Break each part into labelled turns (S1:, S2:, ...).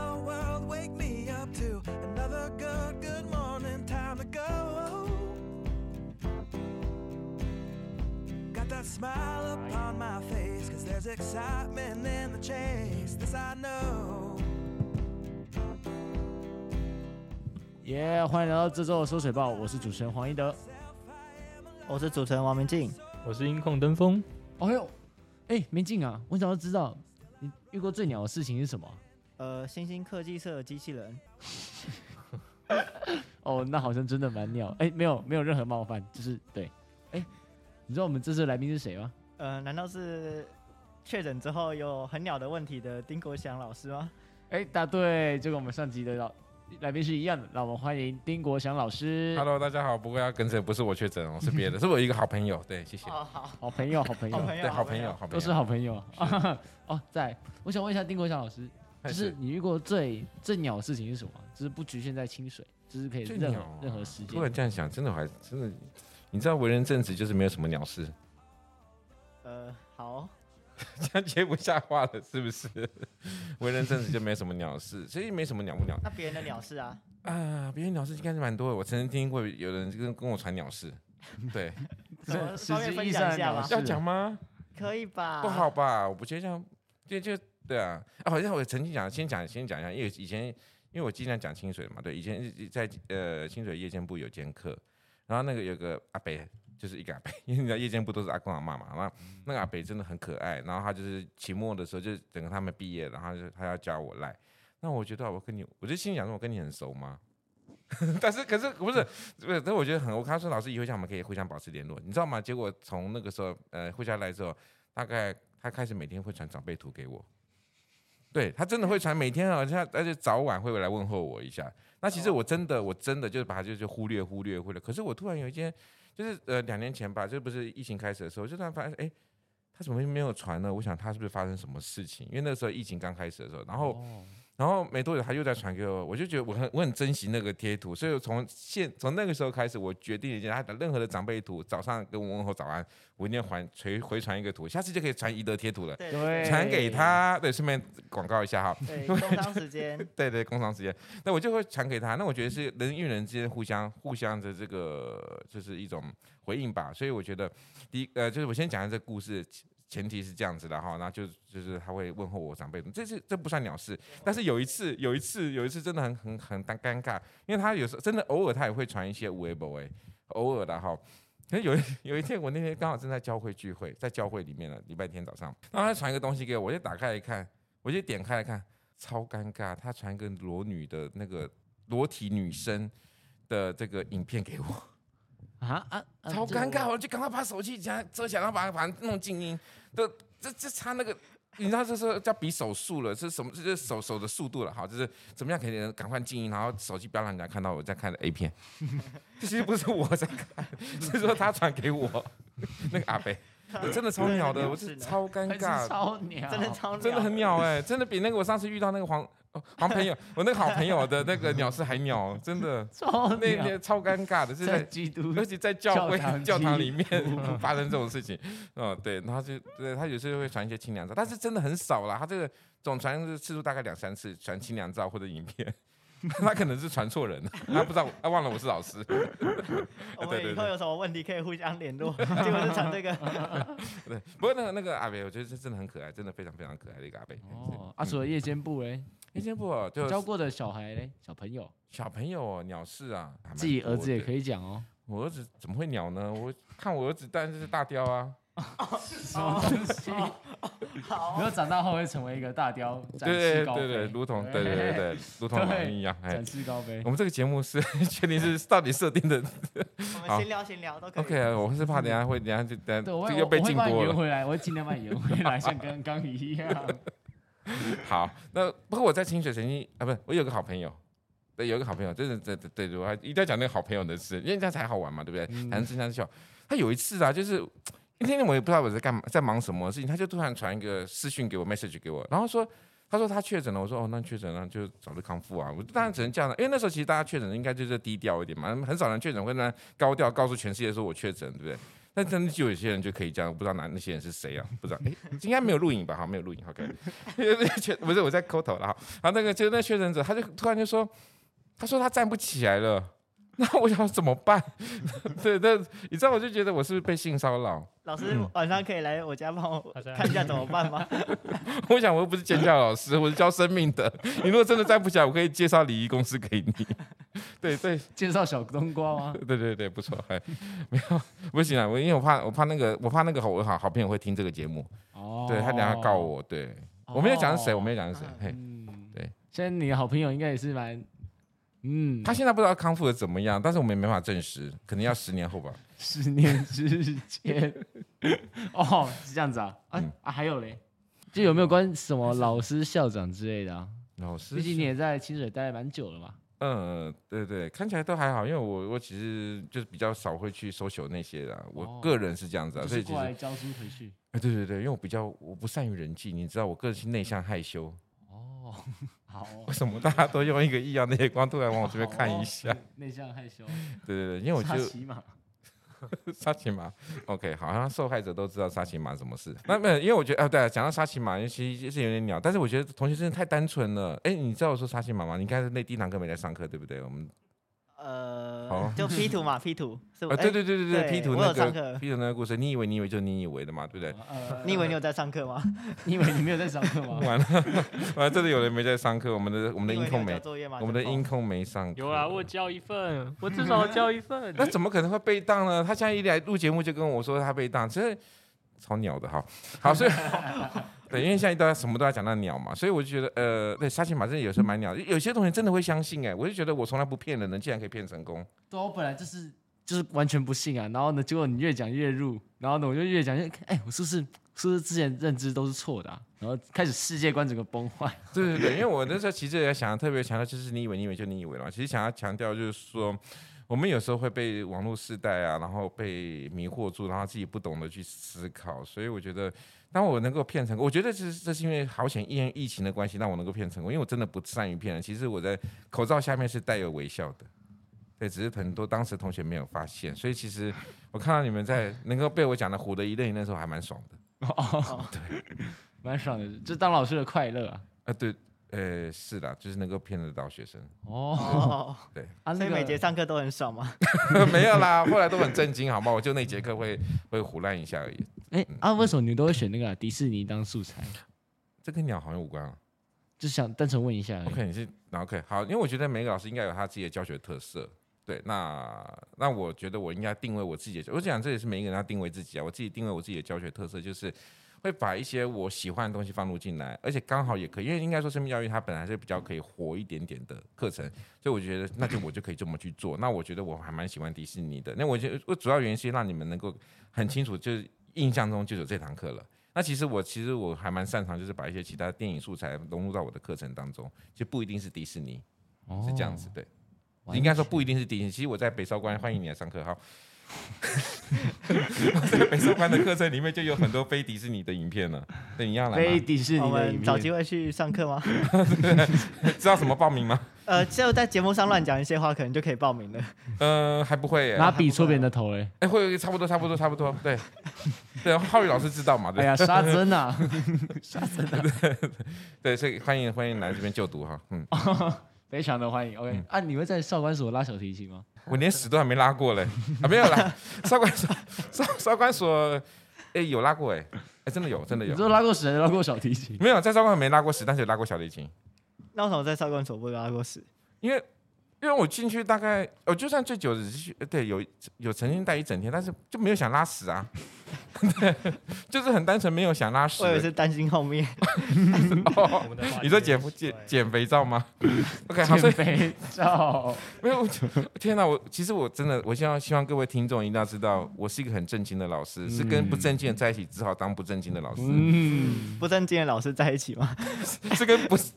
S1: don't wake me up to another good, good morning, time to go. Got that smile upon my face, cause there's excitement in the chase, this I know.
S2: 耶欢迎来到这周的收水报，我是主持人黄一德。
S3: 我是主持人王明静，
S4: 我是音控登峰，
S2: 哦呦，哎，明静啊，我想要知道你遇过最鸟的事情是什么啊？
S3: 呃，新兴科技社的机器人，
S2: 哦，那好像真的蛮鸟。哎，没有没有任何冒犯，就是对。哎，你知道我们这次的来宾是谁吗？
S3: 呃，难道是确诊之后有很鸟的问题的丁国祥老师吗？
S2: 哎，答对，就跟我们上集的老来宾是一样的。让我们欢迎丁国祥老师
S5: Hello，大家好。不过要跟谁？不是我确诊哦，是 别的，是我一个好朋友。对，谢谢。
S3: 哦，好，
S2: 好朋友，好朋友
S3: 好，朋友，
S5: 对，好朋友，，好朋友，
S2: 都是好朋友。 哦，在，我想问一下丁国祥老师，
S5: 嗨。
S2: 就是你遇过最最鸟的事情是什么啊？就是不局限在清水，就是可以
S5: 最
S2: 任
S5: 鸟
S2: 何
S5: 啊
S2: 任何时
S5: 突然
S2: 间。
S5: 这样想，真的还真的，你知道为人正直就是没有什么鸟事，
S3: 呃，好，
S5: 这样接不下话了，是不是？ 为人正直就没什么鸟事，所以没什么鸟不鸟
S3: 那别人的鸟事 啊，
S5: 啊。别人鸟事应该是蛮多的，我曾经听过有人跟跟我传鸟事， 对，
S3: 怎么
S2: 实
S3: 方便
S2: 质意
S3: 分
S2: 义
S3: 享
S2: 上的
S3: 一下
S2: 鸟
S3: 吗
S2: 事？
S5: 要讲吗？
S3: 可以吧？
S5: 不好，吧？我不觉得这样，就就对啊，啊，好像我曾经讲，先讲先讲一下，因为以前因为我经常讲清水嘛，对，以前是在呃清水夜间部有兼课，然后那个有个阿北，就是一个阿北，因为你知道夜间部都是阿公阿妈嘛，然后那个阿北真的很可爱，然后他就是期末的时候，就是等他们毕业，然后他就他要教我赖，那我觉得我跟你，我就心想说，我跟你很熟吗？ 但是，可是不是不是？但我觉得很，我跟他说，老师以后这样我们可以互相保持联络，你知道吗？结果从那个时候，呃，互相来之后，大概他开始每天会传长辈图给我。对他真的会传，每天好像而且早晚会来问候我一下。那其实我真的我真的就是把他就就忽略忽略忽略。可是我突然有一天，就是呃两年前吧，这不是疫情开始的时候，就突然发现，哎，他怎么没有传呢？我想他是不是发生什么事情？因为那时候疫情刚开始的时候，然后
S2: 哦
S5: 然后没多久他又在传给我，我就觉得我很我很珍惜那个贴图，所以我从现从那个时候开始，我决定一件，他的任何的长辈图，早上跟我问候早安，我一定要还回回传一个图，下次就可以传宜德贴图了，
S3: 对
S2: 对
S5: 传给他，对，顺便广告一下哈，
S3: 对，工商时间，
S5: 对对，工商时间，那我就会传给他，那我觉得是人与人之间互相互相的这个就是一种回应吧，所以我觉得第一呃，就是我先讲一下这个故事。前提是这样子的哈，那就就是他会问候我长辈，这是这不算鸟事，但是有一次，有一次，有一次真的很很很尴尴尬，因为他有时候真的偶尔他也会传一些无微不微，偶尔的哈。可是有一有一天，我那天刚好正在教会聚会，在教会里面了，礼拜天早上，然后他传一个东西给我，我就打开来看，我就点开来看，超尴尬，他传一个裸女的那个裸体女生的这个影片给我，
S2: 啊啊，啊
S5: 超
S2: 这
S5: 尴尬，我就赶快把手机这样遮起来，然后把它把它弄静音。这这这差那个，你知道这是叫比手速了，是什么？这是手手的速度了，好，就是怎么样可以赶快静音，然后手机不要让人家看到我在看的 A 片。 这其实不是我在看， 是说他传给我 那个阿贝，我 真的超鸟的，我
S3: 是
S5: 是超尴
S2: 还
S5: 尬
S2: 是，超鸟，
S3: 真的超
S5: 真的很
S3: 鸟，
S5: 鸟哎、真的比那个我上次遇到那个黄哦黄朋友， 我那个好朋友的那个鸟是还鸟，真的
S2: 超
S5: 那
S2: 鸟，
S5: 那超尴尬的，是
S2: 在
S5: 在
S2: 基督
S5: 而且在教会
S2: 教堂
S5: 教堂
S2: 基
S5: 里面 发生这种事情，嗯，对，然后就对他有时候会传一些清凉照，但是真的很少啦，他这个总传的次数大概两三次，传清凉照或者影片， 他可能是传错人了，他不知道，他忘了我是老师，
S3: 我
S5: 对
S3: 们
S5: 对
S3: 以后
S5: 对
S3: 有什么问题可以互相联 络，结果是传这个，
S5: 对，不过那个那个阿北，我觉得这真的很可爱，真的非常非常可爱的一个阿北。
S2: 哦，啊，除了夜间部嘞，
S5: 一天不哦就
S2: 教过的小孩嘞，小朋友，
S5: 小朋友哦，鸟事啊，还蛮
S2: 自己儿
S5: 多
S2: 子也
S5: 的
S2: 可以讲哦。
S5: 我儿子怎么会鸟呢？我看我儿子，但是大雕啊，
S2: 什么东西？
S5: 哦
S2: 然后长大后会成为一个大雕，展
S5: 对
S2: 翅
S5: 对
S2: 高
S5: 对
S2: 飞，
S5: 对，如同对对对 对，如同老鹰一样，哎
S2: 展，翅高飞
S5: 我。们这个节目是 确定是到底设定的
S3: 我们
S5: 好
S3: 闲聊闲聊都可以。
S5: OK 啊，我是怕等一下会等一下就等一
S2: 对，
S5: 下
S2: 我
S5: 这
S2: 会
S5: 个被
S2: 我会
S5: 禁
S2: 把你
S5: 播
S2: 圆
S5: 了。
S2: 回来， 我会尽量把你圆回来，像刚刚一 样。
S5: 好，那不过我在清水曾经啊，不是我有个好朋友，对，有一个好朋友，真的对对对对，我还一定要讲那个好朋友的事，因为这样才好玩嘛，对不对？才能真正笑。他有一次啊，就是那天我也不知道我在干嘛，在忙什么事情，他就突然传一个私讯给我，message 给我，然后说。他说他确诊了，我说哦，那确诊了就早日康复啊！我当然只能这样了，因为那时候其实大家确诊应该就是低调一点嘛，很少人确诊会那样高调告诉全世界说我确诊，对不对？但真的就有些人就可以这样，我不知道哪那些人是谁啊，不知道，诶应该没有录影吧？哈，没有录影，OK。不 是我在抠头了哈，然后那个就是那确诊者，他就突然就说，他说他站不起来了， 那我想说怎么办？ 对，那你知道我就觉得我是不是被性骚扰？
S3: 老师
S5: 嗯
S3: 晚上可以来我家帮我
S4: 好像
S3: 看一下怎么办 吗？
S5: 我想我又不是尖叫老师，我是教生命的。 你如果真的站不起来，我可以介绍礼仪公司给你。 对对
S2: 介绍小冬瓜吗？
S5: 对对对，不错，哎，没有不行啊，我因为我怕我怕那个我怕那个好我好好朋友会听这个节目，
S2: 哦，
S5: 对他等下告，我，对我没有讲是谁，我没有讲是谁，嘿，
S2: 嗯，
S5: 对。
S2: 现在你的好朋友应该也是蛮，嗯，
S5: 他现在不知道康复的怎么样，但是我们也没法证实，可能要十年后吧。
S2: 十年之前， 哦，是这样子啊，啊
S5: 嗯
S2: 啊，还有嘞，就有没有关什么老师、校长之类的啊？
S5: 老师
S2: 毕竟你也在清水待蛮久了嘛。
S5: 嗯，对对，看起来都还好，因为我我其实就是比较少会去搜求那些的啊，
S2: 哦
S5: 我个人是这样子啊，
S2: 就
S5: 所
S2: 是
S5: 以其
S2: 过来
S5: 实
S2: 教书回去。
S5: 哎对对对，因为我比较我不善于人际，你知道我个人是内向害羞，
S2: 哦， 好哦
S5: 为，什么大家都用一个异样的眼光突然往我这边看一下？
S2: 好哦，内向害羞，
S5: 对对对，因为我
S2: 沙
S5: 就
S2: 琪玛，
S5: 沙琪玛，OK，好像受害者都知道沙琪玛什么事。那没有，因为我觉得啊，对啊，讲到沙琪玛，其实是有点鸟，但是我觉得同学真的太单纯了。哎，你知道我说沙琪玛吗？你应该是那第一堂课没来上课，对不对？我们好
S3: 呃，就 P 图嘛，P 图是我
S5: 啊，对，对对对对
S3: 哎对
S5: ，P 图
S3: 我有
S5: 那
S3: 上
S5: 个
S3: 课
S5: P 图那个故事，你以为你以为就是你以为的嘛，对不对？
S2: 呃
S3: 哎你以为你有在上课吗？
S2: 你以为你没有在上课吗？
S5: 完了，完啊了，真的有人没在上课，我们的我们的
S3: 你以为
S5: 音
S3: 你
S5: 控
S3: 有
S5: 没
S3: 交，作业吗？哦
S5: 我们的
S3: 真
S5: 音控没上课。。
S4: 有
S3: 啊
S4: 啦，我有交一份，我至少有交一份
S5: 那怎么可能会被当呢？他现在一来录节目就跟我说他被当，其实超鸟的哈。好，所以对，因为现在大家什么都要讲到鸟嘛，所以我就觉得呃，对，沙琪玛真的有时候蛮鸟，有些同学真的会相信哎、我就觉得我从来不骗人的，竟然可以骗成功。
S2: 对啊，我本来就是就是完全不信啊，然后呢，结果你越讲越入，然后呢，我就越讲越，哎，我是不是是不是之前认知都是错的、啊？然后开始世界观整个崩坏。
S5: 对对对，因为我那时候其实也想要特别强调，就是你以为你以为就你以为了，其实想要强调就是说，我们有时候会被网络世代啊，然后被迷惑住，然后自己不懂得去思考，所以我觉得，当我能够骗成功，我觉得这是这是因为好险因为疫情的关系，让我能够骗成功，因为我真的不善于骗人，其实我在口罩下面是带有微笑的。对，只是很多当时同学没有发现，所以其实我看到你们在能够被我讲的唬得一愣一愣的时候，还蛮爽的。
S2: 哦，对，蛮爽的，就当老师的快乐啊。
S5: 啊，对，呃，是啦，就是能够骗得到学生。
S2: 哦，
S3: 哦，
S2: 啊，
S3: 所
S2: 那
S3: 以每
S2: 个
S3: 节上课都很爽吗？
S5: 没有啦，后来都很震惊，好吗？我就那节课会会胡乱一下而已，
S2: 哎、
S5: 嗯
S2: 啊，为什么你们都会选那个啊、迪士尼当素材？
S5: 这跟鸟好像无关啊。
S2: 就想单纯问一下而已。
S5: OK，你是那 OK 好，因为我觉得每个老师应该有他自己的教学特色。对，那那我觉得我应该定位我自己的，我讲这也是每一个人要定位自己啊。我自己定位我自己的教学特色，就是会把一些我喜欢的东西放入进来，而且刚好也可以，因为应该说生命教育它本来是比较可以活一点点的课程，所以我觉得那就我就可以这么去做。那我觉得我还蛮喜欢迪士尼的，那我就我主要原因是让你们能够很清楚，就是印象中就有这堂课了。那其实我其实我还蛮擅长，就是把一些其他电影素材融入到我的课程当中，就不一定是迪士尼，
S2: 哦
S5: 是这样子，对。
S2: 完
S5: 应该说不一定是迪士尼。其实我在北少关，欢迎你来啊上课哈。 在北少关的课程里面就有很多非迪士尼的影片了，对，你要来
S2: 非
S5: 吗？
S2: 迪士
S3: 我
S2: 尼的
S3: 们
S2: 影
S3: 找
S2: 片
S3: 机会去上课吗？
S5: 知道什么报名吗？
S3: 呃，就在节目上乱讲一些话，可能就可以报 名了。
S5: 呃，还不会耶。
S2: 拿笔戳别人的头嘞。
S5: 哎，会差不多，差不多，差不多。对，对，浩宇老师知道嘛？
S2: 哎
S5: 对，
S2: 呀，沙真 啊，
S5: 啊对，所以欢迎欢迎来这边就读哈。嗯，
S2: 哦非常的欢迎。OK，、
S5: 嗯
S2: 啊，你会在少管所拉小提琴吗？
S5: 我连屎都还没拉过嘞，啊，没有啦。 少管所，少少管所，哎，有拉过哎，哎，真的有，真的
S2: 你
S5: 有。
S2: 说拉过屎，拉过小提 琴？
S5: 没有，在少管所没拉过屎，但是有拉过小提琴。
S3: 那为什么在少管所不拉过屎？
S5: 因为因为我进去大概，我就算最久只是去，呃对，有有曾经待一整天，但是就没有想拉屎啊， 对，就是很单纯没有想拉屎
S3: 我以为
S5: 的。
S3: 是担心后面。
S5: 哦
S4: 我们的话题
S5: 你说减减
S4: 对
S5: 减肥 皂吗？OK，好，啊所
S2: 减
S5: 以
S2: 肥照，
S5: 没有，我天哪，我其实我真的，我希望希望各位听众一定要知道，我是一个很正经的老师，是跟不正经的在一起，只好当不正经的老师，
S2: 嗯，
S3: 不正经的老师在一起吗？
S5: 是跟不是。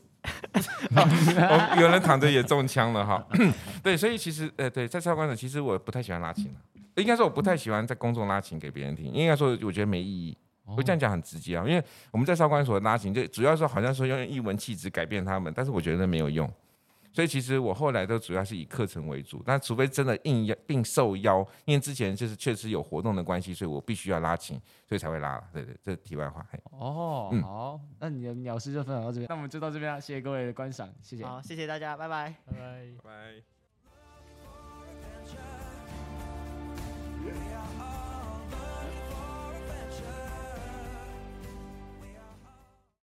S5: 我有人躺着也中枪了哈， 对，所以其实呃，对，在少管所其实我不太喜欢拉琴了，啊应该说我不太喜欢在公众拉琴给别人听，应该说我觉得没意义。
S2: 哦
S5: 我这样讲很直接啊，因为我们在少管所拉琴，就主要说好像说用一文气质改变他们，但是我觉得没有用。所以其实我后来都主要是以课程为主，但除非真的应邀并受邀，因为之前就是确实有活动的关系，所以我必须要拉琴，所以才会拉啦。对对，这是题外话。嘿
S2: 哦
S5: 嗯，
S2: 好，那你的啊嗯鸟事就分享到这边，那我们就到这边啦，谢谢各位的观赏，谢谢。
S3: 好，谢谢大家，拜拜。
S4: 拜拜。
S5: 拜。